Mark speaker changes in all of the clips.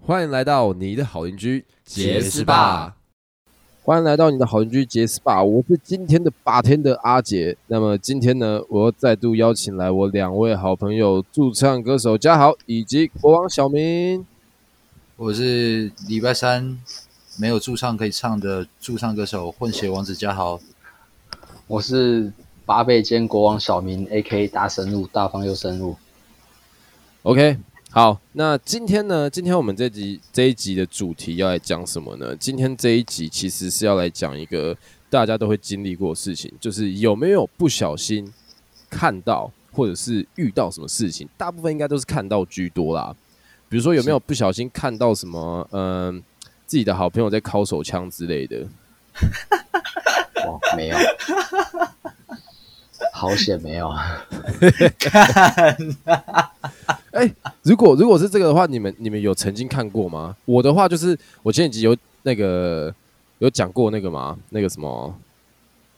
Speaker 1: 欢迎来到你的好邻居
Speaker 2: 杰斯霸，
Speaker 1: 欢迎来到你的好邻居杰斯霸，我是今天的霸天的阿杰。那么今天呢，我又再度邀请来我两位好朋友，驻唱歌手嘉豪以及国王小明。
Speaker 2: 我是礼拜三没有驻唱可以唱的驻唱歌手混血王子嘉豪。
Speaker 3: 我是八倍兼国王小明，A.K. 大神入，大方又深入。
Speaker 1: OK，好，那今天呢？今天我们这集这一集的主题要来讲什么呢？今天这一集其实是要来讲一个大家都会经历过的事情，就是有没有不小心看到或者是遇到什么事情，大部分应该都是看到居多啦。比如说有没有不小心看到什么，嗯、自己的好朋友在敲手枪之类的。
Speaker 3: 哦，没有， 好险没有。啊
Speaker 1: 哎如果如果是这个的话，你们你们有曾经看过吗？我的话就是我前几集有那个有讲过那个嘛，那个什么，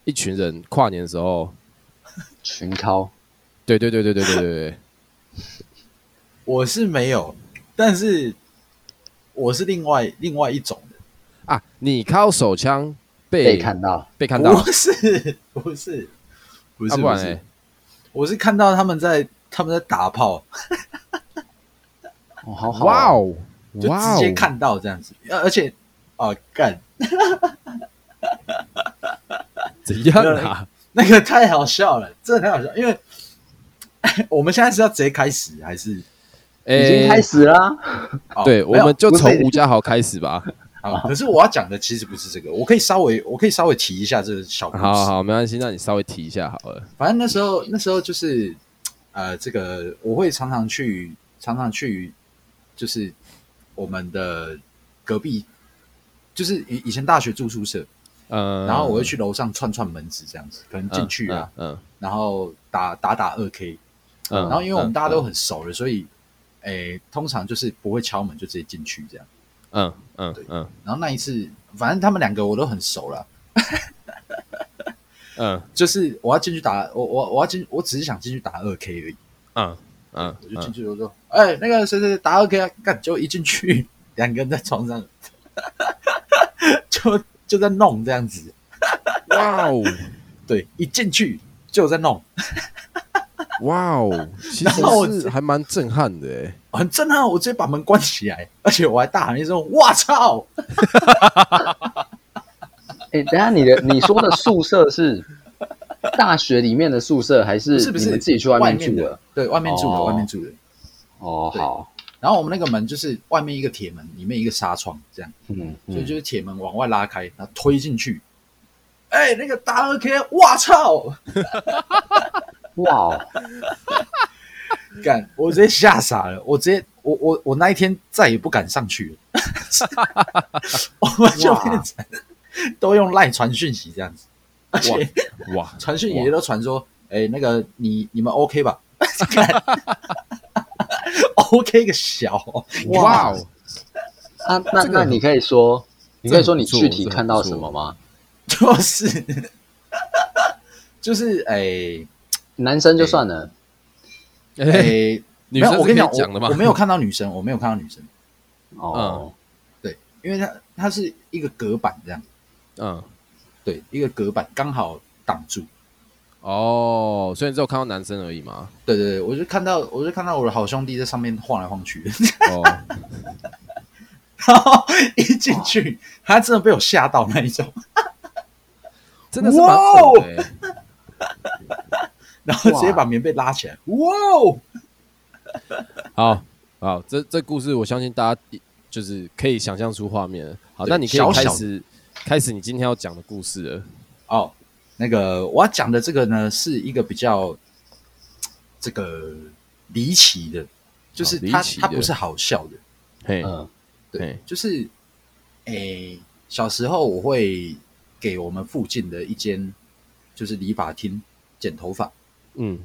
Speaker 1: 一群人跨年的时候，
Speaker 3: 群敲，
Speaker 1: 对对对对对对对 对，
Speaker 2: 我是没有，但是我是另外另外一种的，
Speaker 1: 啊，你靠手枪被
Speaker 3: 被看到，
Speaker 1: 被看到，
Speaker 2: 不是不是不
Speaker 1: 啊
Speaker 2: 是
Speaker 1: 不然
Speaker 2: 是、
Speaker 1: 欸
Speaker 2: 我是看到他们在他们在打炮，
Speaker 3: 哦，好好
Speaker 1: 哇
Speaker 3: 玩，
Speaker 1: 哦
Speaker 2: 啊就
Speaker 1: 哇
Speaker 2: 直
Speaker 1: 哦，
Speaker 2: 接看到这样子，呃而且啊干、
Speaker 1: 怎样啊？
Speaker 2: 那个太好笑了，真的太好笑，因为 我们现在是要直接开始还是？呃
Speaker 3: 已经开始啊啦。
Speaker 2: 哦
Speaker 1: 哎对，我
Speaker 2: 没有
Speaker 1: 们就
Speaker 3: 不是
Speaker 1: 从吴家豪开始吧。
Speaker 2: 啊，可是我要讲的其实不是这个，我可以稍微我可以稍微提一下这个小故
Speaker 1: 好
Speaker 2: 事。
Speaker 1: 好好，没关系，那你稍微提一下好了。
Speaker 2: 反正那时候那时候就是，呃，这个我会常常去常常去，就是我们的隔壁，就是以以前大学住宿舍，
Speaker 1: 嗯，
Speaker 2: 然后我会去楼上串串门子这样子，可能进去啊，
Speaker 1: 嗯，
Speaker 2: 然后打打打二 K，
Speaker 1: 嗯嗯，
Speaker 2: 然后因为我们大家都
Speaker 1: 嗯
Speaker 2: 很熟了，所以，诶，通常就是不会敲门就直接进去这样。
Speaker 1: 嗯嗯
Speaker 2: 对
Speaker 1: 嗯
Speaker 2: 然后那一次，反正他们两个我都很熟了，
Speaker 1: 嗯
Speaker 2: 就是我要进去打，我我我要进，我只是想进去打二 K 而已。
Speaker 1: 嗯嗯，
Speaker 2: 我就进去，我说：“哎、那个谁谁谁打 OK 啊！”干，结果一进去， 两个人在床上， 就就在弄这样子。
Speaker 1: 哇哦
Speaker 2: 对，一进去就在弄，
Speaker 1: 哇哦，其
Speaker 2: 然后我
Speaker 1: 实是还蛮震撼的欸
Speaker 2: 很震撼。我直接把门关起来，而且我还大喊一声：“我操
Speaker 3: 哎，等一下你的你说的宿舍是大学里面的宿舍，还！”是
Speaker 2: 是不
Speaker 3: 你
Speaker 2: 是
Speaker 3: 们自己去
Speaker 2: 外
Speaker 3: 面
Speaker 2: 面
Speaker 3: 住
Speaker 2: 的
Speaker 3: 的？？
Speaker 2: 对，外面住的，
Speaker 3: 哦
Speaker 2: 外面住的。
Speaker 3: 哦，
Speaker 2: 对
Speaker 3: 好，
Speaker 2: 然后我们那个门就是外面一个铁门，里面一个纱窗，这样，
Speaker 3: 嗯，
Speaker 2: 所以
Speaker 3: 嗯
Speaker 2: 就是铁门往外拉开，然后推进去。哎、那个打 OK，啊我操！
Speaker 3: 哇 哦，
Speaker 2: 干，我直接吓傻了，我直接，我我我那一天再也不敢上去了， 我们就变成都用赖传讯息这样子，而且
Speaker 1: 哇，
Speaker 2: 传讯也都传说，哎、那个你你们 OK 吧？ 干 OK 个小哦，
Speaker 1: 哇哦，
Speaker 3: 啊，那
Speaker 1: 这个
Speaker 3: 那
Speaker 1: 很
Speaker 3: 你可以说，你可以说你
Speaker 1: 这很不错
Speaker 3: 具体
Speaker 1: 这很
Speaker 3: 看到
Speaker 1: 不
Speaker 3: 什
Speaker 1: 错
Speaker 3: 么吗？
Speaker 2: 就是就是哎
Speaker 3: 男生就算了，
Speaker 2: 哎、
Speaker 1: 哎，女
Speaker 2: 没有
Speaker 1: 生
Speaker 2: 我
Speaker 1: 是可
Speaker 2: 跟
Speaker 1: 以
Speaker 2: 你讲，
Speaker 1: 讲的吗
Speaker 2: 我我？没有看到女生，我没有看到女生，
Speaker 1: 嗯
Speaker 3: 哦，
Speaker 2: 因为它它是一个隔板这样，
Speaker 1: 嗯，
Speaker 2: 对，一个隔板刚好挡住。
Speaker 1: 哦，所以你只有看到男生而已嘛？
Speaker 2: 对对对，我就看到，我就看到我的好兄弟在上面晃来晃去，
Speaker 1: 哦，
Speaker 2: 然后一进去，他真的被我吓到那一种，
Speaker 1: 真的是蛮狠的欸
Speaker 2: 然后直接把棉被拉起来，哇哦！
Speaker 1: 好好，这这故事我相信大家一就是可以想象出画面了。好，
Speaker 2: 对
Speaker 1: 那你可以
Speaker 2: 小
Speaker 1: 开
Speaker 2: 小
Speaker 1: 始开始你今天要讲的故事了。
Speaker 2: 哦，那个我要讲的这个呢，是一个比较这个离奇的，就是
Speaker 1: 哦离
Speaker 2: 他、
Speaker 1: 奇的
Speaker 2: 他不是好笑的，
Speaker 1: 嘿，
Speaker 3: 嗯，
Speaker 1: 对，
Speaker 2: 就是诶，小时候我会给我们附近的一间就是理发厅剪头发，
Speaker 1: 嗯，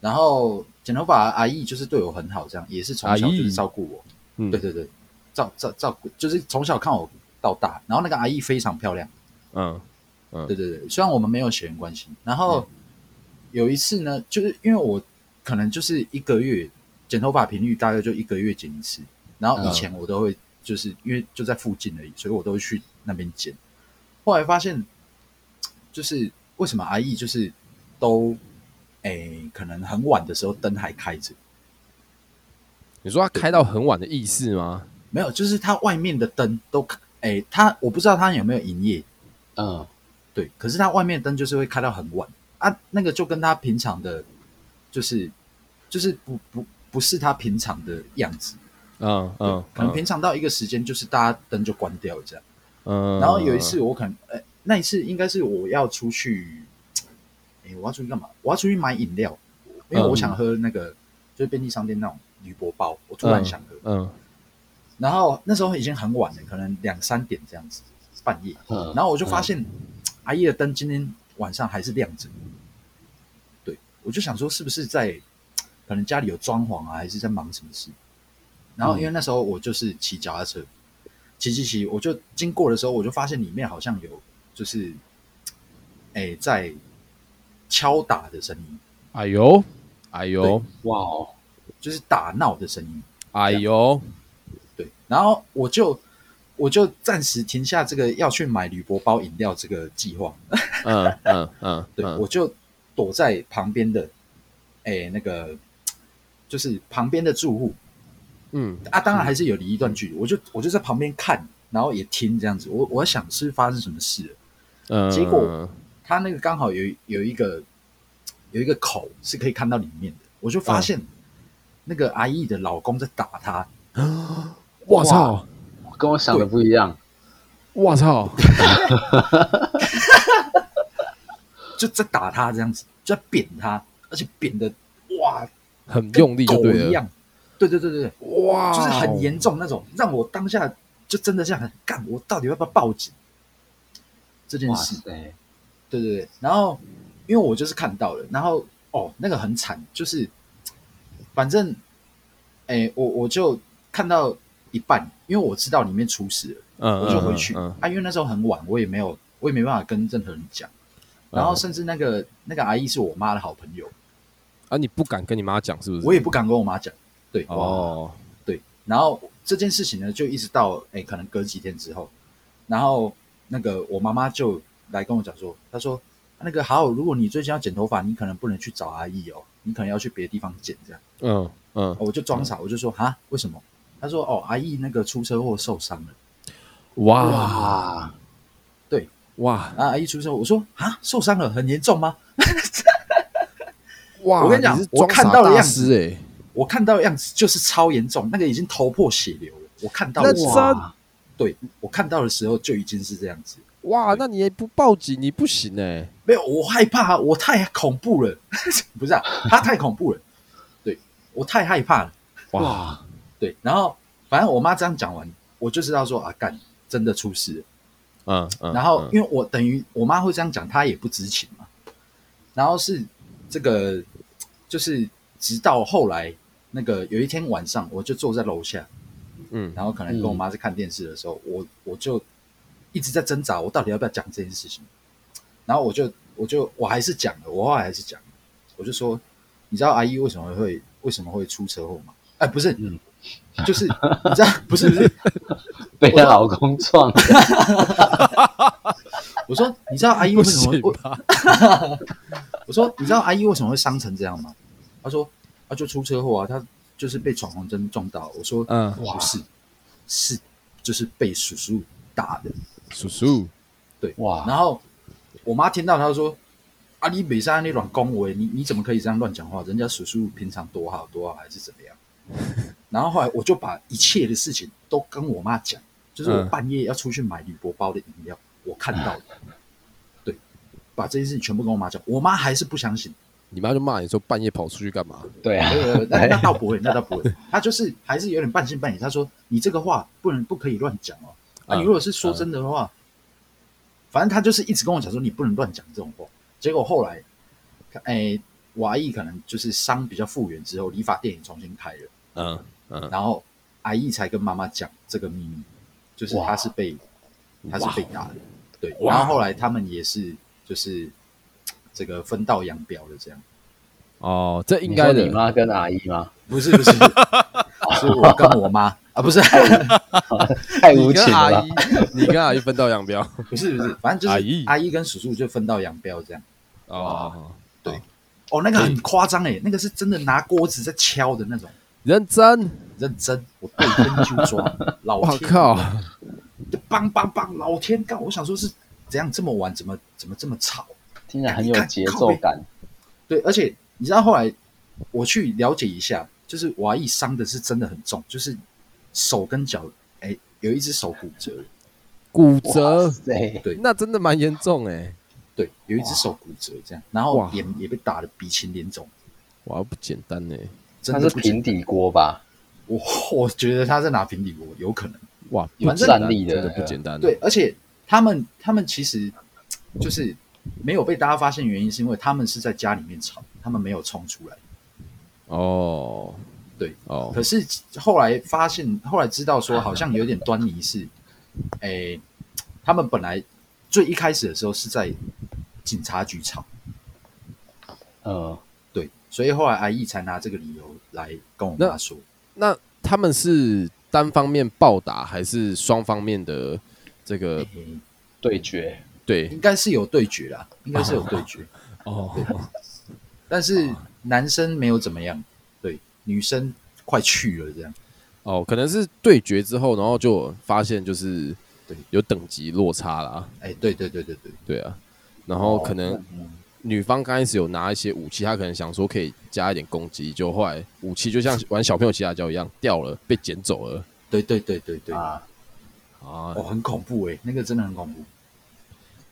Speaker 2: 然后剪头发阿姨就是对我很好，这样也是从小
Speaker 1: 阿
Speaker 2: 就
Speaker 1: 姨
Speaker 2: 是照顾我。
Speaker 1: 嗯
Speaker 2: 对对对，照照照顾，就是从小看我到大。然后那个阿姨非常漂亮，
Speaker 1: 嗯，嗯
Speaker 2: 对对对，虽然我们没有血缘关系，然后有一次呢，就是因为我可能就是一个月剪头发频率大概就一个月剪一次，然后以前我都会就是因为就在附近而已，所以我都会去那边剪。后来发现，就是为什么阿姨就是都诶、可能很晚的时候灯还开着，
Speaker 1: 你说他开到很晚的意思吗？
Speaker 2: 没有，就是它外面的灯都诶、它我不知道它有没有营业，
Speaker 3: 嗯，
Speaker 2: 对，可是它外面的灯就是会开到很晚啊，那个就跟它平常的，就是就是不不不是它平常的样子，
Speaker 1: 嗯嗯，
Speaker 2: 可能平常到一个时间就是大家灯就关掉这样。
Speaker 1: 嗯，
Speaker 2: 然后有一次我可能，呃，那一次应该是我要出去，哎、我要出去干嘛？我要出去买饮料，因为我
Speaker 1: 嗯
Speaker 2: 想喝那个、就是便利商店那种铝箔包，我突然想喝。
Speaker 1: 嗯，
Speaker 2: 然后那时候已经很晚了，可能两三点这样子，半夜。
Speaker 3: 嗯
Speaker 2: 然后我就发现、阿姨的灯今天晚上还是亮着，对我就想说是不是在可能家里有装潢啊，还是在忙什么事？然后因为那时候我就是骑脚踏车，骑骑骑，我就经过的时候，我就发现里面好像有就是，哎，在敲打的声音，
Speaker 1: 哎呦，哎呦，
Speaker 3: 哇哦，
Speaker 2: 就是打闹的声音。
Speaker 1: 哎呦，
Speaker 2: 对，然后我就我就暂时停下这个要去买铝箔包饮料这个计划，
Speaker 1: 嗯嗯嗯，
Speaker 2: 对、
Speaker 1: 嗯
Speaker 2: 我就躲在旁边的，哎，那个就是旁边的住户
Speaker 1: 嗯
Speaker 2: 啊，当然还是有离一段距离，我就我就在旁边看，然后也听这样子，我我在想是发生什么事了，
Speaker 1: 嗯，
Speaker 2: 结果他那个刚好有一有一个有一个口是可以看到里面的，我就
Speaker 1: 嗯
Speaker 2: 发现那个阿姨的老公在打她，
Speaker 1: 我操，
Speaker 3: 跟我想的不一样。
Speaker 1: 我操，
Speaker 2: 就在打她这样子，就在扁她，而且扁的哇
Speaker 1: 很用力就
Speaker 2: 狗
Speaker 1: 对
Speaker 2: 一
Speaker 1: 了，
Speaker 2: 样，对对对对对。
Speaker 1: 哇，
Speaker 2: 就是很，严重那种，让我当下就真的想很干，我到底要不要报警这件
Speaker 3: 哇
Speaker 2: 事？
Speaker 3: 塞，
Speaker 2: 对对对，然后因为我就是看到了，然后哦，那个很惨，就是反正哎，我我就看到一半，因为我知道里面出事了，
Speaker 1: 嗯，
Speaker 2: 我就回去、
Speaker 1: 嗯，
Speaker 2: 啊，因为那时候很晚，我也没有，我也没办法跟任何人讲，然
Speaker 1: 嗯
Speaker 2: 后甚至那个那个阿姨是我妈的好朋友，
Speaker 1: 啊，你不敢跟你妈讲是不是？
Speaker 2: 我也不敢跟我妈讲，对，
Speaker 1: 哦，
Speaker 2: 对，然后这件事情呢，就一直到哎，可能隔几天之后，然后那个我妈妈就来跟我讲说，她说那个好，如果你最近要剪头发，你可能不能去找阿姨哦，你可能要去别的地方剪这样。
Speaker 1: 嗯
Speaker 2: 哦
Speaker 1: 嗯，
Speaker 2: 我就装傻，我就说哈，为什么？她说哦，阿姨那个出车祸受伤了。
Speaker 1: 哇
Speaker 3: 哇，
Speaker 1: 哇
Speaker 2: 啊，阿姨出车祸，我说啊，受伤了，很严重吗？
Speaker 1: 哇，
Speaker 2: 我跟你讲
Speaker 1: 是
Speaker 2: 我
Speaker 1: 装傻
Speaker 2: 看到的
Speaker 1: 大
Speaker 2: 样子
Speaker 1: 师哎，
Speaker 2: 我看到的样子就是超严重，那个已经头破血流了。我看到
Speaker 1: 那
Speaker 2: 的时候，
Speaker 1: 真
Speaker 3: 哇，
Speaker 2: 对我看到的时候就已经是这样子，
Speaker 1: 哇，那你也不报警，你不行哎、
Speaker 2: 没有，我害怕，我太恐怖了， 不是啊，他太恐怖了，对我太害怕了，
Speaker 1: 哇，
Speaker 3: 哇，
Speaker 2: 对，然后反正我妈这样讲完，我就知道说啊，干真的出事了，
Speaker 1: 嗯嗯，
Speaker 2: 然后
Speaker 1: 嗯
Speaker 2: 因为我等于我妈会这样讲，她也不知情嘛，然后是这个就是直到后来那个有一天晚上，我就坐在楼下，
Speaker 1: 嗯
Speaker 2: 然后可能跟我妈在看电视的时候，我我就一直在挣扎，我到底要不要讲这件事情？然后我就我就我还是讲了，我后来还是讲了，我就说，你知道阿姨为什么会为什么会出车祸吗？哎，不是，
Speaker 3: 嗯
Speaker 2: 就是你 知道，不是不是，
Speaker 3: 被她老公撞，
Speaker 2: 我说你知道阿姨
Speaker 1: 不
Speaker 2: 为什么
Speaker 1: 行
Speaker 2: 会我
Speaker 1: 吧？
Speaker 2: 我说你知道阿姨为什么会伤成这样吗？她说啊就出车祸啊，她就是被闯红灯撞到。我说
Speaker 1: 嗯
Speaker 2: 不是，是就是被叔叔打的。
Speaker 1: 叔叔，
Speaker 3: 哇，
Speaker 2: 然后我妈听到，她就说：“啊，你北山你乱恭维，你你怎么可以这样乱讲话？人家叔叔平常多好多好，还是怎么样？” 然后后来我就把一切的事情都跟我妈讲，就是我
Speaker 1: 嗯
Speaker 2: 半夜要出去买铝箔包的饮料，我看到的，对，把这件事情全部跟我妈讲，我妈还是不相信。
Speaker 1: 你妈就骂你说半夜跑出去干嘛？
Speaker 3: 对啊，
Speaker 2: 呃，那
Speaker 1: 哎
Speaker 2: 那倒不会，那倒不会，她就是还是有点半信半疑。她说：“你这个话不能不可以乱讲哦，啊，
Speaker 1: 嗯
Speaker 2: 你如果是说真的话，反正她就是一直跟我讲说你不能乱讲这种话。结果后来，哎，我阿姨可能就是伤比较复原之后，理发店也重新开了，
Speaker 1: 嗯嗯，
Speaker 2: 然后阿姨才跟妈妈讲这个秘密，就是
Speaker 3: 哇
Speaker 2: 她是被她是被打的，对，
Speaker 1: 哇
Speaker 2: 然后后来他们也是就是这个分道扬镳了，这样
Speaker 1: 哦，这应
Speaker 3: 你
Speaker 1: 该
Speaker 3: 说你
Speaker 1: 的。
Speaker 3: 妈跟阿姨吗？
Speaker 2: 不是不是， 是我跟我妈啊，不是
Speaker 3: 太
Speaker 1: 你
Speaker 3: 无
Speaker 1: 跟
Speaker 3: 情了
Speaker 1: 阿
Speaker 3: 吧
Speaker 1: 姨， 你跟阿姨分道扬镳。
Speaker 2: 不是不是，反正就是
Speaker 1: 阿姨
Speaker 2: 阿姨跟叔叔就分道扬镳这样。
Speaker 1: 哦，
Speaker 2: 哦，那个很夸张哎，那个是真的拿锅子在敲的那种，
Speaker 1: 认真，
Speaker 2: 认真，我对灯就 抓，老
Speaker 1: 我
Speaker 2: 天，
Speaker 1: 靠，
Speaker 2: 就梆梆梆，老天告，我想说是怎样这么晚，怎么怎么这么吵？
Speaker 3: 听起来很有节奏感。
Speaker 2: 对，而且你知道后来我去了解一下，就是娃一伤的是真的很重，就是手跟脚，哎、有一只手骨折了，
Speaker 1: 骨
Speaker 3: 哇
Speaker 1: 折，
Speaker 3: 塞，
Speaker 2: 对
Speaker 1: 那真的蛮严重哎、
Speaker 2: 对，有一只手骨折这样，然后
Speaker 1: 哇
Speaker 2: 脸也被打得鼻青脸肿，
Speaker 1: 哇，不简单哎、
Speaker 2: 真
Speaker 3: 它
Speaker 2: 的
Speaker 3: 是
Speaker 2: 不简
Speaker 3: 平底锅吧？
Speaker 2: 我我觉得他在拿平底锅，有可能。
Speaker 1: 哇，不
Speaker 3: 有
Speaker 1: 简单
Speaker 3: 战力的
Speaker 1: 真的不简单。
Speaker 2: 对，，而且他们他们其实就是没有被大家发现，原因是因为他们是在家里面吵，他们没有冲出来。
Speaker 1: 哦，
Speaker 2: 对，
Speaker 1: 哦嗯
Speaker 2: 可，是后来发现，后来知道说好像有点端倪是，诶、他们本来最一开始的时候是在警察局吵，
Speaker 3: 嗯，
Speaker 2: 对，所以后来阿义才拿这个理由来跟我妈说，
Speaker 1: 那他们是单方面暴打还是双方面的这个？
Speaker 2: 诶
Speaker 3: 对决。
Speaker 1: 对，
Speaker 2: 应该是有对决啦，应该是有对
Speaker 3: 啊
Speaker 2: 决，
Speaker 1: 哦，
Speaker 2: 但是男生没有怎么样，对，女生快去了这样，
Speaker 1: 哦，可能是对决之后，然后就有发现就是
Speaker 2: 对
Speaker 1: 有等级落差啦，
Speaker 2: 哎、对对对对对，
Speaker 1: 对啊，然后可能
Speaker 2: 嗯，
Speaker 1: 女方刚开始有拿一些武器，她可能想说可以加一点攻击，就后来武器就像玩小朋友骑打胶一样掉了，被捡走了
Speaker 2: 对对对对对，
Speaker 3: 啊，
Speaker 1: 啊
Speaker 2: 哦，很恐怖哎、那个真的很恐怖，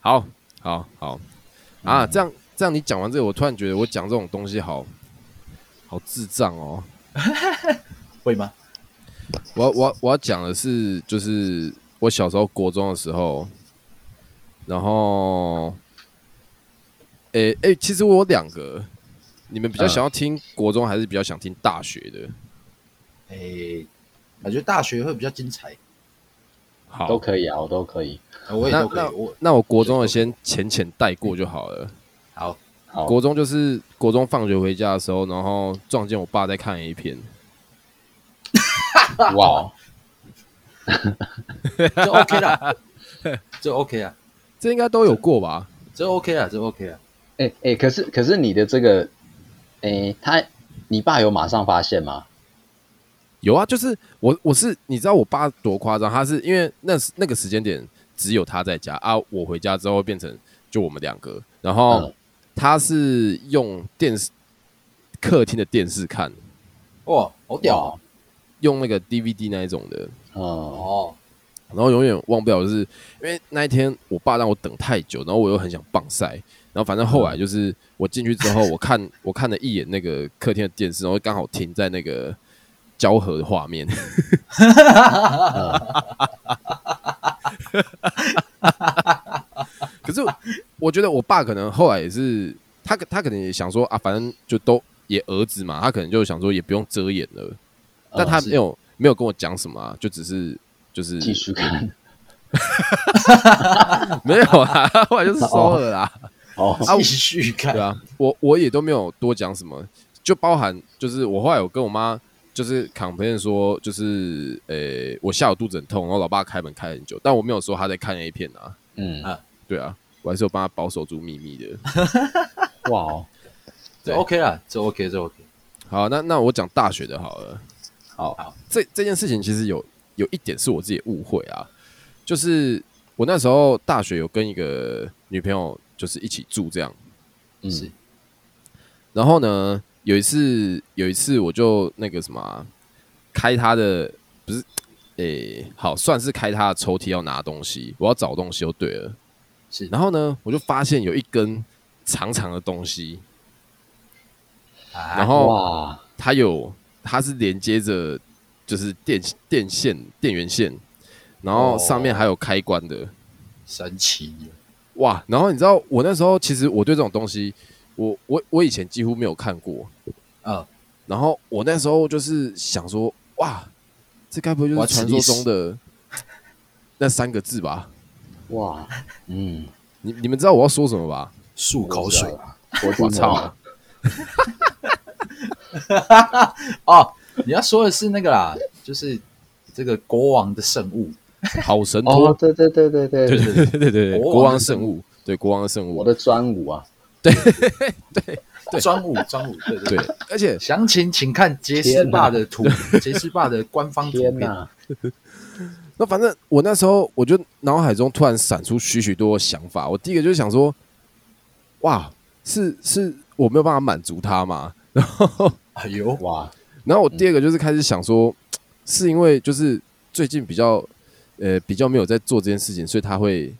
Speaker 1: 好，好，好啊！这样这样，你讲完这个，我突然觉得我讲这种东西好好智障哦。
Speaker 2: 会吗？
Speaker 1: 我要我要我要讲的是，就是我小时候国中的时候，然后，诶、诶、其实我有两个，你们比较
Speaker 3: 嗯
Speaker 1: 想要听国中，还是比较想听大学的？
Speaker 2: 哎、感觉大学会比较精彩。
Speaker 1: 好，
Speaker 3: 都可以啊，我都 可以。
Speaker 2: 呃我也
Speaker 1: 那
Speaker 2: 都可以
Speaker 1: 那。
Speaker 2: 我
Speaker 1: 那我国中的先浅浅带过就好了。
Speaker 2: 好，
Speaker 3: 好，
Speaker 1: 国中就是国中放学回家的时候，然后撞见我爸在看 A 片。
Speaker 3: 哇，哦
Speaker 2: 这 OK 啦，这 OK 啊，
Speaker 1: 这应该都有过吧？
Speaker 2: 这 OK 啊，这 OK 啊。
Speaker 3: 哎哎，可是可是你的这个，哎，他你爸有马上发现吗？
Speaker 1: 有啊，就是我我是你知道我爸多夸张，他是因为那时那个时间点只有他在家啊，我回家之后变成就我们两个，然后
Speaker 3: 嗯
Speaker 1: 他是用电视客厅的电视看，
Speaker 2: 哇，好屌啊
Speaker 1: 用那个 DVD 那一种的，
Speaker 3: 嗯，
Speaker 2: 哦！
Speaker 1: 然后永远忘不了，就是因为那一天我爸让我等太久，然后我又很想棒晒，然后反正后
Speaker 3: 嗯
Speaker 1: 来就是我进去之后，我看我看了一眼那个客厅的电视，然后刚好停在那个交合的画面， 可是我觉得我爸可能后来也是他可，他可能也想说啊，反正就都也儿子嘛，他可能就想说也不用遮掩了，但
Speaker 3: 嗯
Speaker 1: 他
Speaker 2: 是
Speaker 1: 没有没有跟我讲什么、啊，就只是就是
Speaker 3: 继续 看。
Speaker 1: 没有 啊，后来就是收了啦。
Speaker 3: 哦，
Speaker 1: 啊我
Speaker 2: 继续看
Speaker 1: 对，啊，我我也都没有多讲什么，就包含就是我后来有跟我妈就是 complain 说，就是呃、我下午肚子很痛，然后老爸开门开很久，但我没有说他在看 A 片啊，
Speaker 3: 嗯，
Speaker 1: 对啊，我还是有帮他保守住秘密的。
Speaker 3: 哇哦，
Speaker 2: 这 OK 啦，这 OK，这 OK。
Speaker 1: 好，那那我讲大学的好了。
Speaker 3: 好，
Speaker 1: 这这件事情其实有有一点是我自己的误会啊，就是我那时候大学有跟一个女朋友就是一起住这样，
Speaker 3: 嗯，
Speaker 2: 是
Speaker 1: 然后呢有一次有一次我就那个什么啊、开她的不是诶、好算是开她的抽屉要拿东西，我要找东西就对了，
Speaker 2: 是
Speaker 1: 然后呢我就发现有一根长长的东西，
Speaker 2: 啊，
Speaker 1: 然后
Speaker 3: 哇，
Speaker 1: 它有它是连接着就是电电线电源线，然
Speaker 2: 哦
Speaker 1: 后上面还有开关的。
Speaker 2: 神奇了
Speaker 1: 哇！然后你知道，我那时候其实我对这种东西，我我我以前几乎没有看过。
Speaker 2: 嗯，
Speaker 1: 然后我那时候就是想说，哇，这该不会就
Speaker 2: 我要
Speaker 1: 是
Speaker 2: 吃
Speaker 1: 传
Speaker 2: 历
Speaker 1: 说
Speaker 2: 史
Speaker 1: 中的那三个字吧？
Speaker 3: 哇，嗯，
Speaker 1: 你你们知道我要说什么吧？
Speaker 2: 漱口水
Speaker 3: 我
Speaker 1: 我
Speaker 3: 知道
Speaker 1: 操
Speaker 3: 了，！
Speaker 2: 哦，你要说的是那个啦，就是这个国王的圣物，
Speaker 1: 好神
Speaker 3: 哦，
Speaker 1: 托！
Speaker 3: 对对对对对
Speaker 1: 对对对对对对，
Speaker 2: 国王
Speaker 1: 国王圣物，对国王的圣
Speaker 3: 我
Speaker 1: 物，
Speaker 3: 的专武啊，
Speaker 1: 对
Speaker 2: 专武专武，对对
Speaker 1: 对
Speaker 2: 对。，
Speaker 1: 而且
Speaker 2: 详情请看杰斯霸的 图，杰斯霸的官方图
Speaker 3: 天
Speaker 2: 片。
Speaker 3: 哪，
Speaker 1: 那反正我那时候我就脑海中突然闪出许许多多想法。我第一个就是想说，哇，是是我没有办法满足他嘛。然后，
Speaker 2: 哎呦，
Speaker 3: 哇，
Speaker 1: 然后我第二个就是开始想说，是因为就是最近比较呃比较没有在做这件事情，所以他会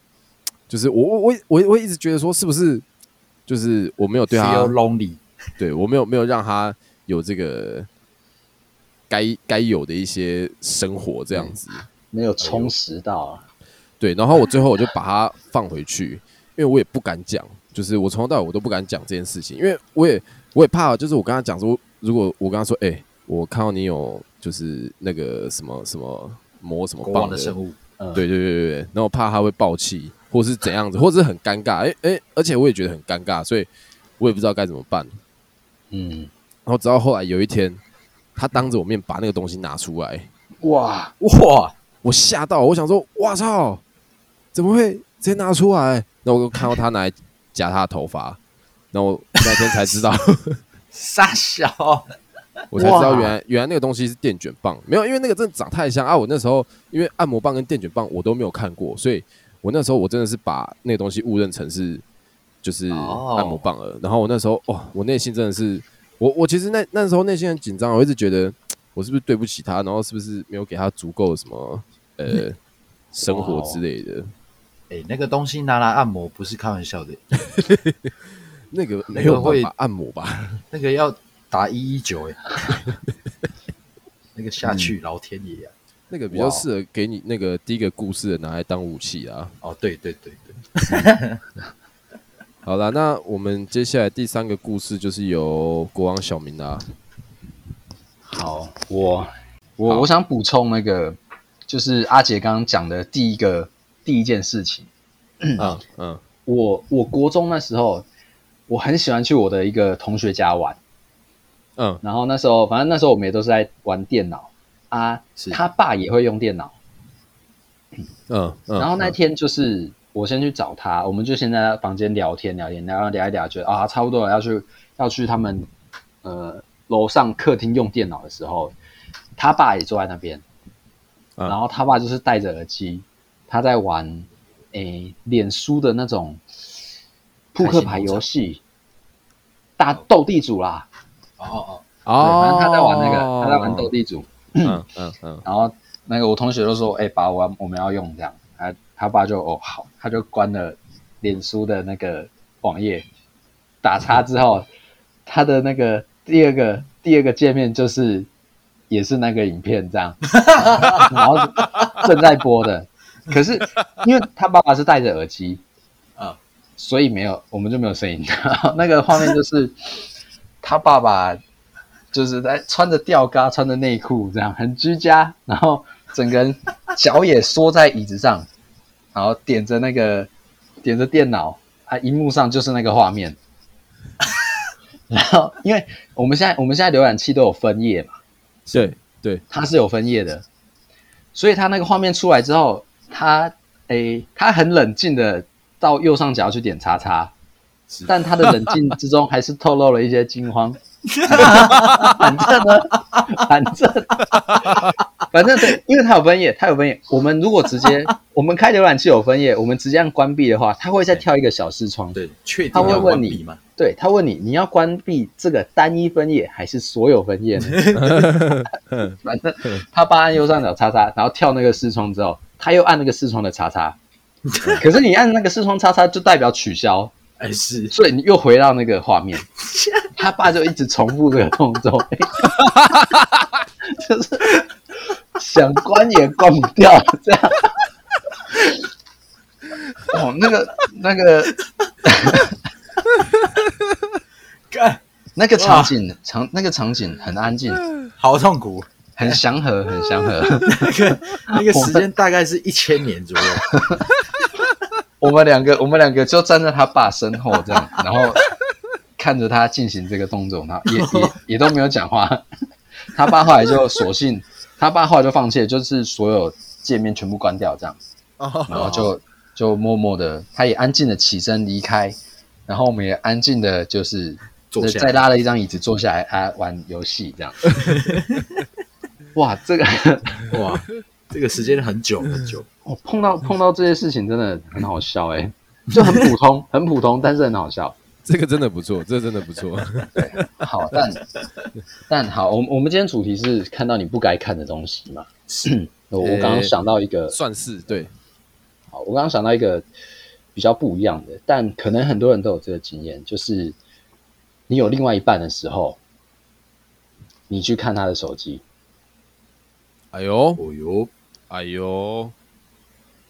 Speaker 1: 就是我我我我我一直觉得说是不是就是我没有
Speaker 3: 啊
Speaker 1: 对
Speaker 2: feel
Speaker 1: 他
Speaker 2: lonely，
Speaker 1: 对我没有没有让他有这个该该有的一些生活这样子。
Speaker 3: 没有充实到啊，
Speaker 1: 对，然后我最后我就把它放回去，因为我也不敢讲，就是我从头到尾我都不敢讲这件事情，因为我也我也怕，就是我跟他讲说，如果我跟他说，哎、我看到你有就是那个什么什么魔什么
Speaker 2: 国
Speaker 1: 棒
Speaker 2: 王的圣物，
Speaker 3: 嗯，
Speaker 1: 对对对对对，然后我怕他会爆气，或是怎样子，或者是很尴尬，哎、哎、而且我也觉得很尴尬，所以我也不知道该怎么办。
Speaker 3: 嗯，
Speaker 1: 然后直到后来有一天，他当着我面把那个东西拿出来，
Speaker 3: 哇，
Speaker 2: 哇，
Speaker 1: 我吓到，我想说，哇操，怎么会直接拿出来？那我就看到他拿来夹他的头发，然后我那天才知道，
Speaker 2: 傻小，
Speaker 1: 我才知道
Speaker 3: 哇
Speaker 1: 原来原来那个东西是电卷棒，没有，因为那个真的长太像啊！我那时候因为按摩棒跟电卷棒我都没有看过，所以我那时候我真的是把那个东西误认成是就是
Speaker 2: 哦
Speaker 1: 按摩棒了。然后我那时候哇，我内心真的是我我其实那那时候内心很紧张，我一直觉得我是不是对不起他，然后是不是没有给他足够的什么呃生活
Speaker 2: 哦
Speaker 1: 之类的。
Speaker 2: 哎，那个东西拿来按摩不是开玩笑的，
Speaker 1: 那个没
Speaker 2: 那个
Speaker 1: 有办
Speaker 2: 会
Speaker 1: 法按摩吧？
Speaker 2: 那个要打一一九 哎，那个下去老天爷啊！
Speaker 3: 嗯
Speaker 1: 那个比较适合给你那个第一个故事的拿来当武器啊。
Speaker 2: 哦，对对对对，
Speaker 1: 好啦，那我们接下来第三个故事就是由国王小明啦。
Speaker 3: 好，我
Speaker 1: 好
Speaker 3: 我我想补充那个，就是阿杰刚刚讲的第一个第一件事情，
Speaker 1: 嗯嗯
Speaker 3: 我我国中那时候，我很喜欢去我的一个同学家玩，
Speaker 1: 嗯
Speaker 3: 然后那时候反正那时候我们也都是在玩电脑啊
Speaker 2: 是，
Speaker 3: 他爸也会用电脑，
Speaker 1: 嗯嗯。
Speaker 3: 然后那
Speaker 1: 嗯
Speaker 3: 天就是我先去找他，我们就先在他房间聊天聊天，然后聊一聊，觉得啊差不多了，要去要去他们呃楼上客厅用电脑的时候，他爸也坐在那边，
Speaker 1: 嗯
Speaker 3: 然后他爸就是戴着耳机，他在玩诶脸书的那种扑克牌游戏，大斗地主啦，
Speaker 2: 哦哦
Speaker 3: 对，
Speaker 1: 哦，
Speaker 3: 反正他在玩那个，他在玩斗地主，
Speaker 1: 嗯嗯嗯
Speaker 3: 然后那个我同学就说：“哎、爸，我要我们要用这样。”他他爸就哦好，他就关了脸书的那个网页，打叉之后，他的那个第二个第二个界面就是也是那个影片这样，然后正在播的，可是因为他爸爸是戴着耳机，
Speaker 2: 啊，
Speaker 3: 所以没有我们就没有声音， 然后那个画面就是他爸爸就是在穿着吊嘎、穿着内裤这样很居家，然后整个人脚也缩在椅子上，然后点着那个点着电脑啊，荧幕上就是那个画面。然后，因为我们现在我们现在浏览器都有分页嘛，
Speaker 1: 对对，
Speaker 3: 它是有分页的，所以它那个画面出来之后，它诶，它很冷静的到右上角去点叉叉，但它的冷静之中还是透露了一些惊慌。反正呢，反正反正对，因为它有分页，它有分页。我们如果直接我们开浏览器有分页，我们直接按关闭的话，它会再跳一个小视窗
Speaker 2: 哦，。对，确
Speaker 3: 他
Speaker 2: 定
Speaker 3: 会
Speaker 2: 要关
Speaker 3: 问
Speaker 2: 闭
Speaker 3: 你
Speaker 2: 吗？，
Speaker 3: 对他问你，你要关闭这个单一分页还是所有分页呢？反正他爸按右上角叉叉，然后跳那个视窗之后，他又按那个视窗的叉叉。可是你按那个视窗叉叉就代表取消，
Speaker 2: 哎是，
Speaker 3: 所以你又回到那个画面。他爸就一直重复这个动作，就是想关也关不掉，这样。哦，那个那个
Speaker 2: 干，
Speaker 3: 那个场景场那个场景很安静，
Speaker 2: 好痛苦。
Speaker 3: 很 祥和，很祥和。
Speaker 2: 那个时间大概是一千年左右，
Speaker 3: 我们两个，我们两个就站在他爸身后这样，然后看着他进行这个动作，然后也也也都没有讲话。他爸后来就索性，他爸后来就放弃了，就是所有界面全部关掉这样，然后就就默默的，他也安静的起身离开，然后我们也安静的，就是
Speaker 2: 坐下来
Speaker 3: 再拉了一张椅子坐下来啊玩游戏这样。哇，这个
Speaker 2: 哇，这个时间很久很久，
Speaker 3: 我哦碰到碰到这些事情真的很好笑 哎、就很普通，很普通，但是很好笑。
Speaker 1: 这个真的不错，这个真的不错。
Speaker 3: 好，但但好，我们我们今天主题是看到你不该看的东西嘛？ 我我刚刚想到一个，
Speaker 1: 算是对，
Speaker 3: 好，我刚刚想到一个比较不一样的，但可能很多人都有这个经验，就是你有另外一半的时候，你去看他的手机，
Speaker 1: 哎呦，
Speaker 2: 哦哟，
Speaker 1: 哎呦，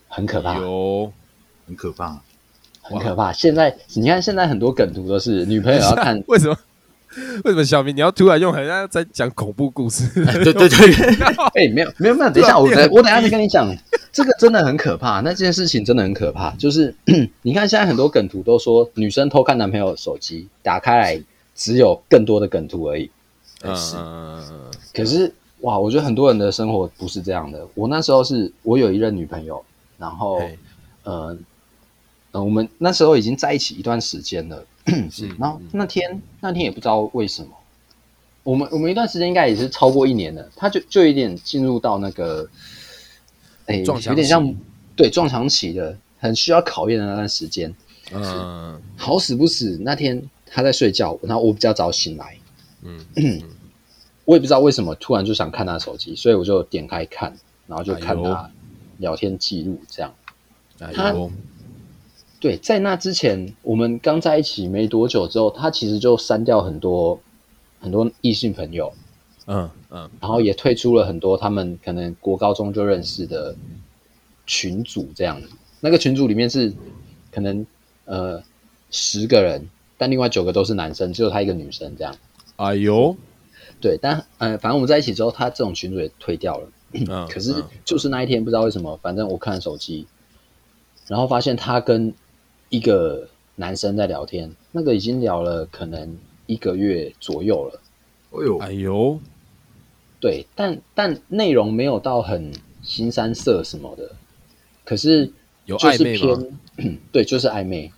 Speaker 3: 很可怕
Speaker 1: 哎，呦，
Speaker 2: 很可怕。
Speaker 3: 很可怕。现在你看，现在很多梗图都是女朋友要 看
Speaker 1: 为什么？为什么小明你要突然用好像在讲恐怖故事？
Speaker 2: 对对对，
Speaker 3: 哎、没有没有没有，等一下，
Speaker 1: 突然
Speaker 3: 我
Speaker 1: 变
Speaker 3: 等
Speaker 1: 很
Speaker 3: 我等一下再跟你讲，这个真的很可怕，那件事情真的很可怕。就是 你看现在很多梗图都说女生偷看男朋友手机，打开来只有更多的梗图而已。
Speaker 1: 嗯
Speaker 2: 是
Speaker 1: 嗯，嗯
Speaker 3: 可是哇，我觉得很多人的生活不是这样的。我那时候是我有一任女朋友，然
Speaker 2: 哦
Speaker 3: 后
Speaker 1: 嘿
Speaker 3: 呃呃，我们那时候已经在一起一段时间了，
Speaker 1: 是嗯
Speaker 3: 然后那天那天也不知道为什么，我们我们一段时间应该也是超过一年了，他就就有点进入到那个，哎，
Speaker 1: 撞墙
Speaker 3: 有点
Speaker 1: 期
Speaker 3: 像对撞墙期的，很需要考验的那段时间。
Speaker 1: 嗯
Speaker 3: 好死不死，那天他在睡觉，然后我比较早醒来，
Speaker 1: 嗯，
Speaker 3: 我也不知道为什么突然就想看他手机，所以我就点开看，然后就看
Speaker 1: 哎
Speaker 3: 他聊天记录这样。
Speaker 1: 哎
Speaker 3: 他
Speaker 1: 呦，
Speaker 3: 对，在那之前，我们刚在一起没多久之后，他其实就删掉很多很多异性朋友，
Speaker 1: 嗯嗯
Speaker 3: 然后也退出了很多他们可能国高中就认识的群组这样。那个群组里面是可能呃十个人，但另外九个都是男生，只有他一个女生这样。
Speaker 1: 哎呦，
Speaker 3: 对，但呃，反正我们在一起之后，他这种群组也退掉了。
Speaker 1: 嗯，
Speaker 3: 可是
Speaker 1: 嗯
Speaker 3: 就是那一天，不知道为什么，反正我看手机，然后发现他跟一个男生在聊天，那个已经聊了可能一个月左右了。
Speaker 2: 哎呦，
Speaker 1: 哎呦，
Speaker 3: 对，但但内容没有到很新三色什么的，可是
Speaker 1: 有
Speaker 3: 就
Speaker 1: 暧
Speaker 3: 是
Speaker 1: 昧吗？
Speaker 3: 偏 对，就是暧昧，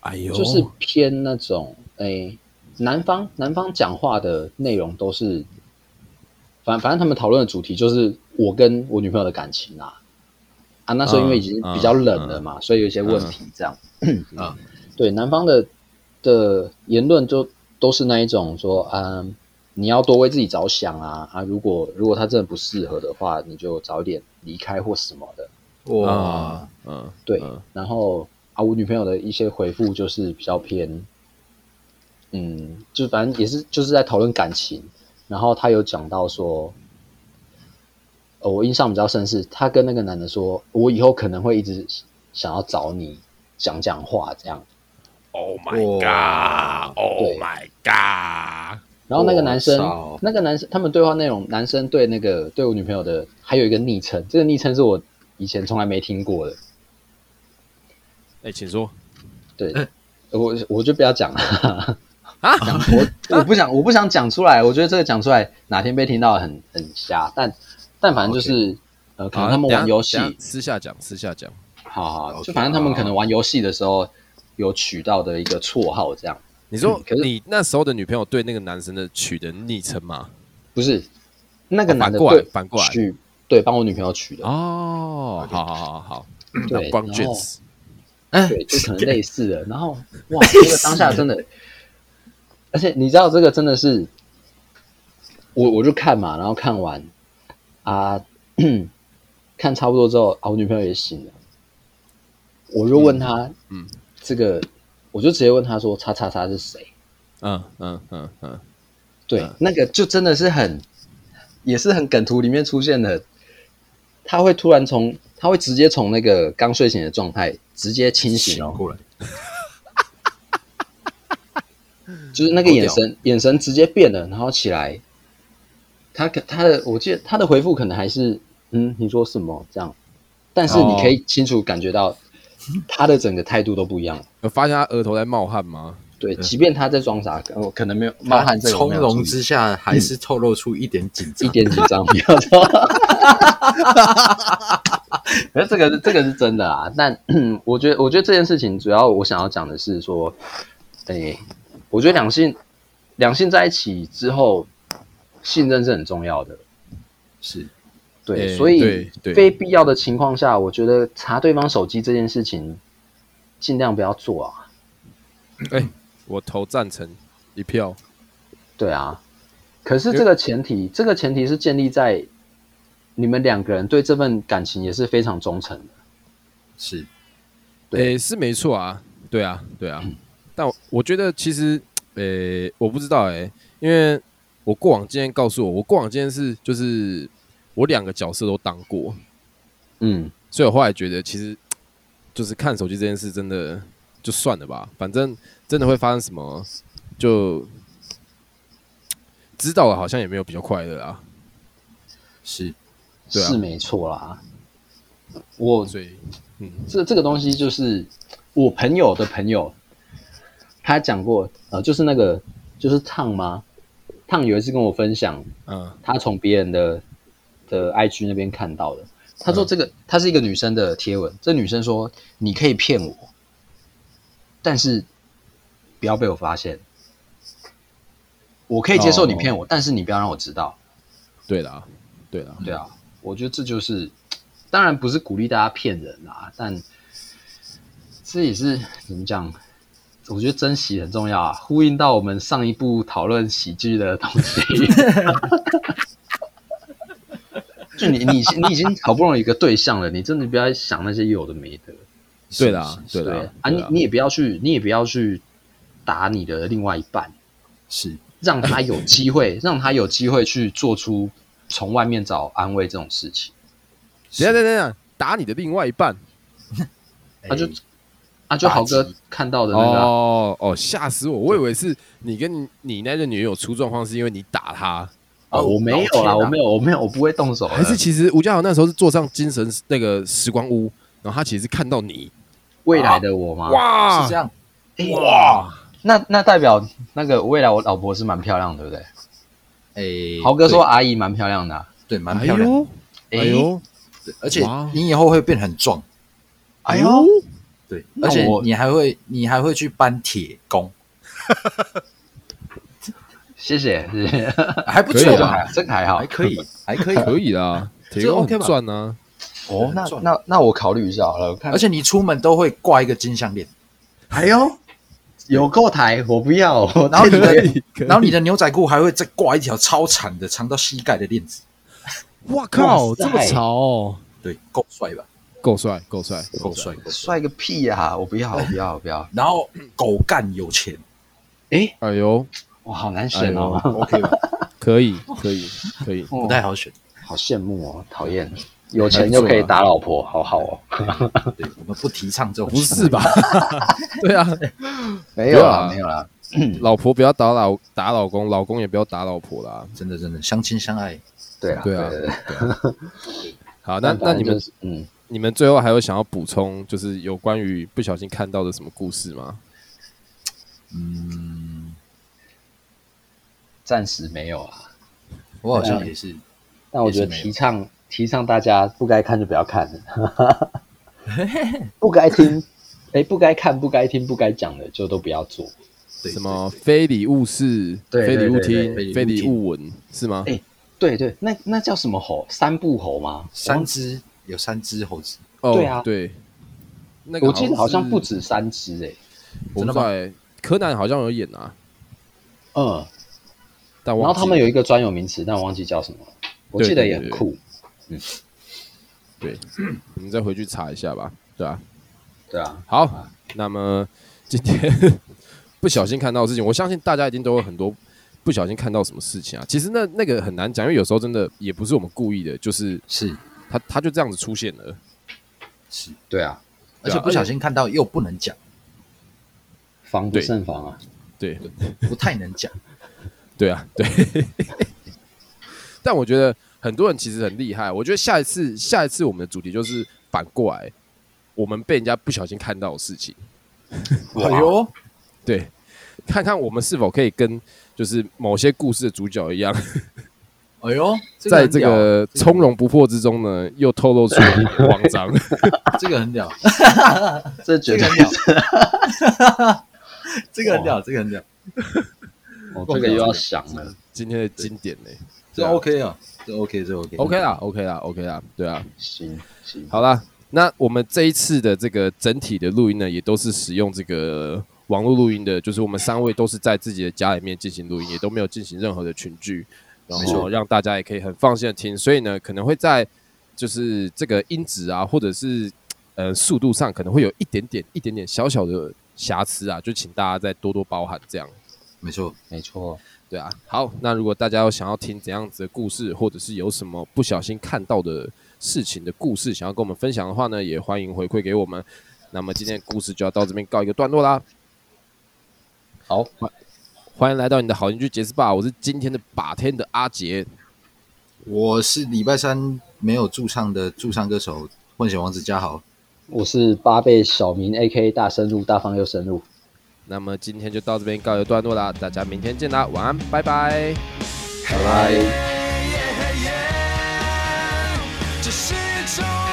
Speaker 1: 哎呦，
Speaker 3: 就是偏那种诶、南方南方讲话的内容都是，反反正他们讨论的主题就是我跟我女朋友的感情啊啊，那时候因为已经比较冷了
Speaker 1: 嗯
Speaker 3: 嘛，所以有一些问题这样。嗯
Speaker 2: 啊，
Speaker 3: 对南方的的言论就都是那一种说，嗯，你要多为自己着想啊啊！如果如果他真的不适合的话，你就早一点离开或什么的。
Speaker 2: 哇
Speaker 1: 嗯，嗯，
Speaker 3: 对，
Speaker 1: 嗯
Speaker 3: 然后啊，我女朋友的一些回复就是比较偏，嗯，就反正也是就是在讨论感情，然后她有讲到说。呃，我印象比较深是，她跟那个男的说，我以后可能会一直想要找你讲讲话这样。
Speaker 1: Oh my
Speaker 2: 哇
Speaker 1: God！Oh
Speaker 3: 对
Speaker 1: my God！
Speaker 3: 然后那个男生
Speaker 2: 我操，
Speaker 3: 那个男生，他们对话内容，男生对那个对我女朋友的还有一个昵称，这个昵称是我以前从来没听过的。
Speaker 1: 哎，请说。
Speaker 3: 对，
Speaker 2: 嗯
Speaker 3: 我我就不要讲了，
Speaker 1: 啊
Speaker 3: 讲我我不想我不想讲出来，我觉得这个讲出来哪天被听到很很瞎，但但反正就是呃，可能他们玩游戏，
Speaker 1: 等一下等一下私下讲，私下讲。
Speaker 3: 好好，
Speaker 2: OK，
Speaker 3: 就反正他们可能玩游戏的时候有取到的一个绰号这样。
Speaker 1: 你说
Speaker 3: 嗯可是
Speaker 1: 你那时候的女朋友对那个男生的取的昵称吗？
Speaker 3: 不是那个
Speaker 1: 哦
Speaker 3: 男
Speaker 1: 反
Speaker 3: 的
Speaker 1: 过来
Speaker 3: 对
Speaker 1: 反过来
Speaker 3: 取对帮我女朋友取的，
Speaker 1: 哦，好好好好，
Speaker 3: 对，
Speaker 1: 帮
Speaker 3: 然后
Speaker 1: James，
Speaker 3: 对，就可能类似的。然后哇，这个当下真的，而且你知道这个真的是，我我就看嘛，然后看完啊， 看差不多之后啊，我女朋友也醒了，我就问她，
Speaker 1: 嗯嗯
Speaker 3: 这个我就直接问她说，叉叉叉是谁？
Speaker 1: 嗯嗯嗯嗯，
Speaker 3: 对，
Speaker 1: 嗯
Speaker 3: 那个就真的是很，也是很梗图里面出现的，他会突然从，他会直接从那个刚睡醒的状态直接清醒
Speaker 2: 醒
Speaker 3: 哦。
Speaker 2: 过来，
Speaker 3: 就是那个眼神，眼神直接变了，然后起来，他可他的，我记得他 的回复可能还是嗯，你说什么这样，但是你可以清楚感觉到他的整个态度都不一样了。
Speaker 1: 有发现他额头在冒汗吗？
Speaker 3: 对，即便他在装傻，我可能没有冒汗这个我
Speaker 2: 从
Speaker 3: 没有注
Speaker 2: 容
Speaker 3: 意
Speaker 2: 之下还是透露出一点紧
Speaker 3: 一
Speaker 1: 嗯
Speaker 2: 张。
Speaker 3: 点紧张，不 要说。可是这个是这个是真的啊，但 我觉得我觉得这件事情主要我想要讲的是说，诶、我觉得两性两性在一起之后，信任是很重要的。
Speaker 2: 是，
Speaker 3: 对，
Speaker 1: 诶
Speaker 3: 所以
Speaker 1: 对对
Speaker 3: 非必要的情况下，我觉得查对方手机这件事情，尽量不要做啊。
Speaker 1: 哎、我投赞成一票。
Speaker 3: 对啊，可是这个前提，这个前提是建立在你们两个人对这份感情也是非常忠诚的。
Speaker 2: 是，
Speaker 3: 对嗯
Speaker 1: 诶、是没错啊，对啊，对啊。但我我觉得其实，诶、我不知道诶、因为我过往经验告诉我，我过往经验是就是我两个角色都当过，
Speaker 3: 嗯，
Speaker 1: 所以我后来觉得其实就是看手机这件事真的就算了吧，反正真的会发生什么就知道了，好像也没有比较快乐啊，
Speaker 2: 是，
Speaker 1: 对啊
Speaker 3: 是没错啦。我
Speaker 1: 所以
Speaker 3: 这这个东西就是我朋友的朋友，他讲过，呃，就是那个就是烫吗？烫有一次跟我分享，
Speaker 1: 嗯
Speaker 3: 他从别人的的 IG 那边看到的。他说这个，她是一个女生的贴文，这女生说你可以骗我，但是不要被我发现。我可以接受你骗我，但是你不要让我知道。
Speaker 1: 对啦，对啦，
Speaker 3: 对啊，我觉得这就是，当然不是鼓励大家骗人啦，但这也是怎么讲？我觉得珍惜很重要啊，呼应到我们上一部讨论喜剧的东西。就你你已经你已经好不容易有一个对象了，你真的不要想那些有的没的。
Speaker 1: 对啦，对
Speaker 3: 对
Speaker 1: 啦
Speaker 3: 啊，，你
Speaker 1: 啦
Speaker 3: 你也不要去，你也不要去打你的另外一半，
Speaker 2: 是，
Speaker 3: 让他有机会，让他有机会去做出从外面找安慰这种事情。
Speaker 1: 等一下等一下等一下，打你的另外一半。
Speaker 3: 他就
Speaker 2: 哎
Speaker 3: 啊，就
Speaker 2: 打
Speaker 3: 豪哥
Speaker 2: 击
Speaker 3: 看到的那个啊、
Speaker 1: 哦哦，吓死我！我以为是你跟你你那个女友出状况，是因为你打她，
Speaker 3: 哦，我没有
Speaker 2: 老天
Speaker 3: 啦，
Speaker 2: 啊
Speaker 3: 我没有，我没有，我不会动手的。
Speaker 1: 还是其实吴家豪那时候是坐上精神那个时光屋，然后他其实是看到你，
Speaker 3: 未来的我吗？
Speaker 1: 哇，
Speaker 2: 啊是这样，
Speaker 3: 诶
Speaker 1: 哇，
Speaker 3: 那那代表那个未来我老婆是蛮漂亮的，对不对？
Speaker 2: 哎，
Speaker 3: 豪哥说
Speaker 2: 对
Speaker 3: 阿姨蛮漂亮的啊、
Speaker 2: 对，蛮漂亮的，
Speaker 1: 哎呦，哎
Speaker 3: 诶
Speaker 1: 呦，
Speaker 2: 对而且
Speaker 1: 哇
Speaker 2: 你以后会变很壮，
Speaker 3: 哎呦，
Speaker 2: 对，
Speaker 3: 那
Speaker 2: 而且
Speaker 3: 我
Speaker 2: 你还会你还会去搬铁工，
Speaker 3: 谢谢谢谢，
Speaker 2: 还不
Speaker 1: 可以啊
Speaker 2: 错
Speaker 3: 这个
Speaker 2: 吧？
Speaker 3: 还这个还好
Speaker 2: 啊还，可以，还可以，
Speaker 1: 哎可以啦，铁
Speaker 2: 哎这
Speaker 1: 公
Speaker 2: OK
Speaker 1: 很
Speaker 2: 吧
Speaker 1: 赚啊，
Speaker 3: 哦，那
Speaker 2: 赚
Speaker 3: 那那我考虑一下好了，我看，
Speaker 2: 而且你出门都会挂一个金项链，
Speaker 3: 还有有够台，我不要，我
Speaker 2: 然后你
Speaker 3: 天哪
Speaker 2: 的
Speaker 1: 可以
Speaker 2: 然后你的牛仔裤还会再挂一条超长的，长到膝盖的链子，
Speaker 1: 哇靠，
Speaker 3: 哇塞
Speaker 1: 这么潮哦，
Speaker 2: 对，够帅吧？
Speaker 1: 够帅，够帅，
Speaker 2: 够帅，够帅。
Speaker 3: 帅个屁呀、啊，我不要，我不要，我不要，
Speaker 2: 然后狗干有钱
Speaker 3: 诶，
Speaker 1: 哎呦，哎
Speaker 3: 我好难选哦，
Speaker 2: ，OK 吧？
Speaker 1: 可以，可以，可以，
Speaker 3: 哦
Speaker 2: 不太好选，
Speaker 3: 好羡慕哦，讨厌，有钱又可以打老婆，好好哦。
Speaker 2: 对，我们不提倡这种。
Speaker 1: 不是 吧？对啊，
Speaker 3: 没
Speaker 1: 有
Speaker 3: 有
Speaker 1: 啦
Speaker 3: 啦，没有啦，
Speaker 1: 老婆不要打老打老公，老公也不要打老婆啦。
Speaker 2: 真的真的相亲相爱，
Speaker 3: 对啦，
Speaker 1: 对啊
Speaker 3: 对对
Speaker 1: 好，那那你们
Speaker 3: 嗯，
Speaker 1: 你们最后还有想要补充，就是有关于不小心看到的什么故事吗？
Speaker 2: 嗯，
Speaker 3: 暂时没有啊。
Speaker 2: 我好像也是，
Speaker 3: 但我觉得
Speaker 2: 也是没有
Speaker 3: 提倡提倡大家不该看就不要看，不该听，哎，不该看、不该听、不该讲的就都不要做。
Speaker 2: 对
Speaker 1: 什么非礼勿视、
Speaker 3: 对
Speaker 1: 非礼勿听
Speaker 3: 对
Speaker 2: 对、对
Speaker 1: 非
Speaker 2: 非
Speaker 1: 礼
Speaker 2: 礼
Speaker 1: 勿闻是吗？
Speaker 3: 哎对对，那那叫什么猴？三步猴吗？
Speaker 2: 三只有三只猴子，
Speaker 1: 哦，
Speaker 3: 对啊
Speaker 1: 对，那个
Speaker 3: 我记得好像不
Speaker 1: 是，
Speaker 3: 止三只哎。
Speaker 1: 我不知道哎，柯南好像有演啊，
Speaker 3: 嗯，
Speaker 1: 但
Speaker 3: 然后
Speaker 1: 忘记
Speaker 3: 他们
Speaker 1: 了
Speaker 3: 有一个专有名词，但我忘记叫什么了。我
Speaker 1: 对
Speaker 3: 记得
Speaker 1: 对
Speaker 3: 也
Speaker 1: 对对
Speaker 3: 很酷，
Speaker 1: 对，你们再回去查一下吧，对啊。
Speaker 3: 对啊，
Speaker 1: 好，那么今天 不小心看到的事情，我相信大家一定都有很多不小心看到什么事情啊。其实那那个很难讲，因为有时候真的也不是我们故意的，就是
Speaker 2: 是
Speaker 1: 他他就这样子出现了。
Speaker 2: 是，
Speaker 3: 对啊，
Speaker 2: 而且不小心看到又不能讲，
Speaker 3: 防不
Speaker 1: 对
Speaker 3: 胜防啊。
Speaker 1: 对，
Speaker 2: 不太能讲，
Speaker 1: 对啊，对。 但我觉得很多人其实很厉害。我觉得下一次，下一次我们的主题就是反过来，我们被人家不小心看到的事情。
Speaker 2: 哎呦，
Speaker 1: 对，看看我们是否可以跟就是某些故事的主角一样，
Speaker 2: 哎呦，
Speaker 1: 在这个
Speaker 2: 这
Speaker 1: 从容不迫之中呢，又透露出一点慌张。
Speaker 2: 这个很屌，
Speaker 3: 这绝
Speaker 2: 这个
Speaker 3: 对
Speaker 2: 很屌，这个很屌，这个很屌，
Speaker 3: 哦，这个又要想了。
Speaker 1: 今天的经典呢、
Speaker 2: 这 OK 啊，这 OK，这 OK。
Speaker 1: o k 啦，OK 啦，OK 啦，对啊，
Speaker 3: 行行，
Speaker 1: 好啦，那我们这一次的这个整体的录音呢，也都是使用这个网络录音的，就是我们三位都是在自己的家里面进行录音，也都没有进行任何的群聚，然
Speaker 2: 没
Speaker 1: 后
Speaker 2: 错
Speaker 1: 让大家也可以很放心的听，所以呢，可能会在就是这个音质啊，或者是呃速度上，可能会有一点点、一点点小小的瑕疵啊，就请大家再多多包涵，这样。
Speaker 2: 没错，
Speaker 3: 没错，
Speaker 1: 对啊，好，那如果大家有想要听怎样子的故事，或者是有什么不小心看到的事情的故事，想要跟我们分享的话呢，也欢迎回馈给我们。那么今天的故事就要到这边告一个段落啦。
Speaker 3: 好，
Speaker 1: 欢迎来到你的好邻居杰斯霸，我是今天的把天的阿杰。
Speaker 2: 我是礼拜三没有驻唱的驻唱歌手混血王子嘉豪，
Speaker 3: 我是八倍小明 A K 大深入，大方又深入，
Speaker 1: 那么今天就到这边告一个段落啦，大家明天见啦，晚安，拜拜。
Speaker 3: 拜拜。
Speaker 4: 这是一种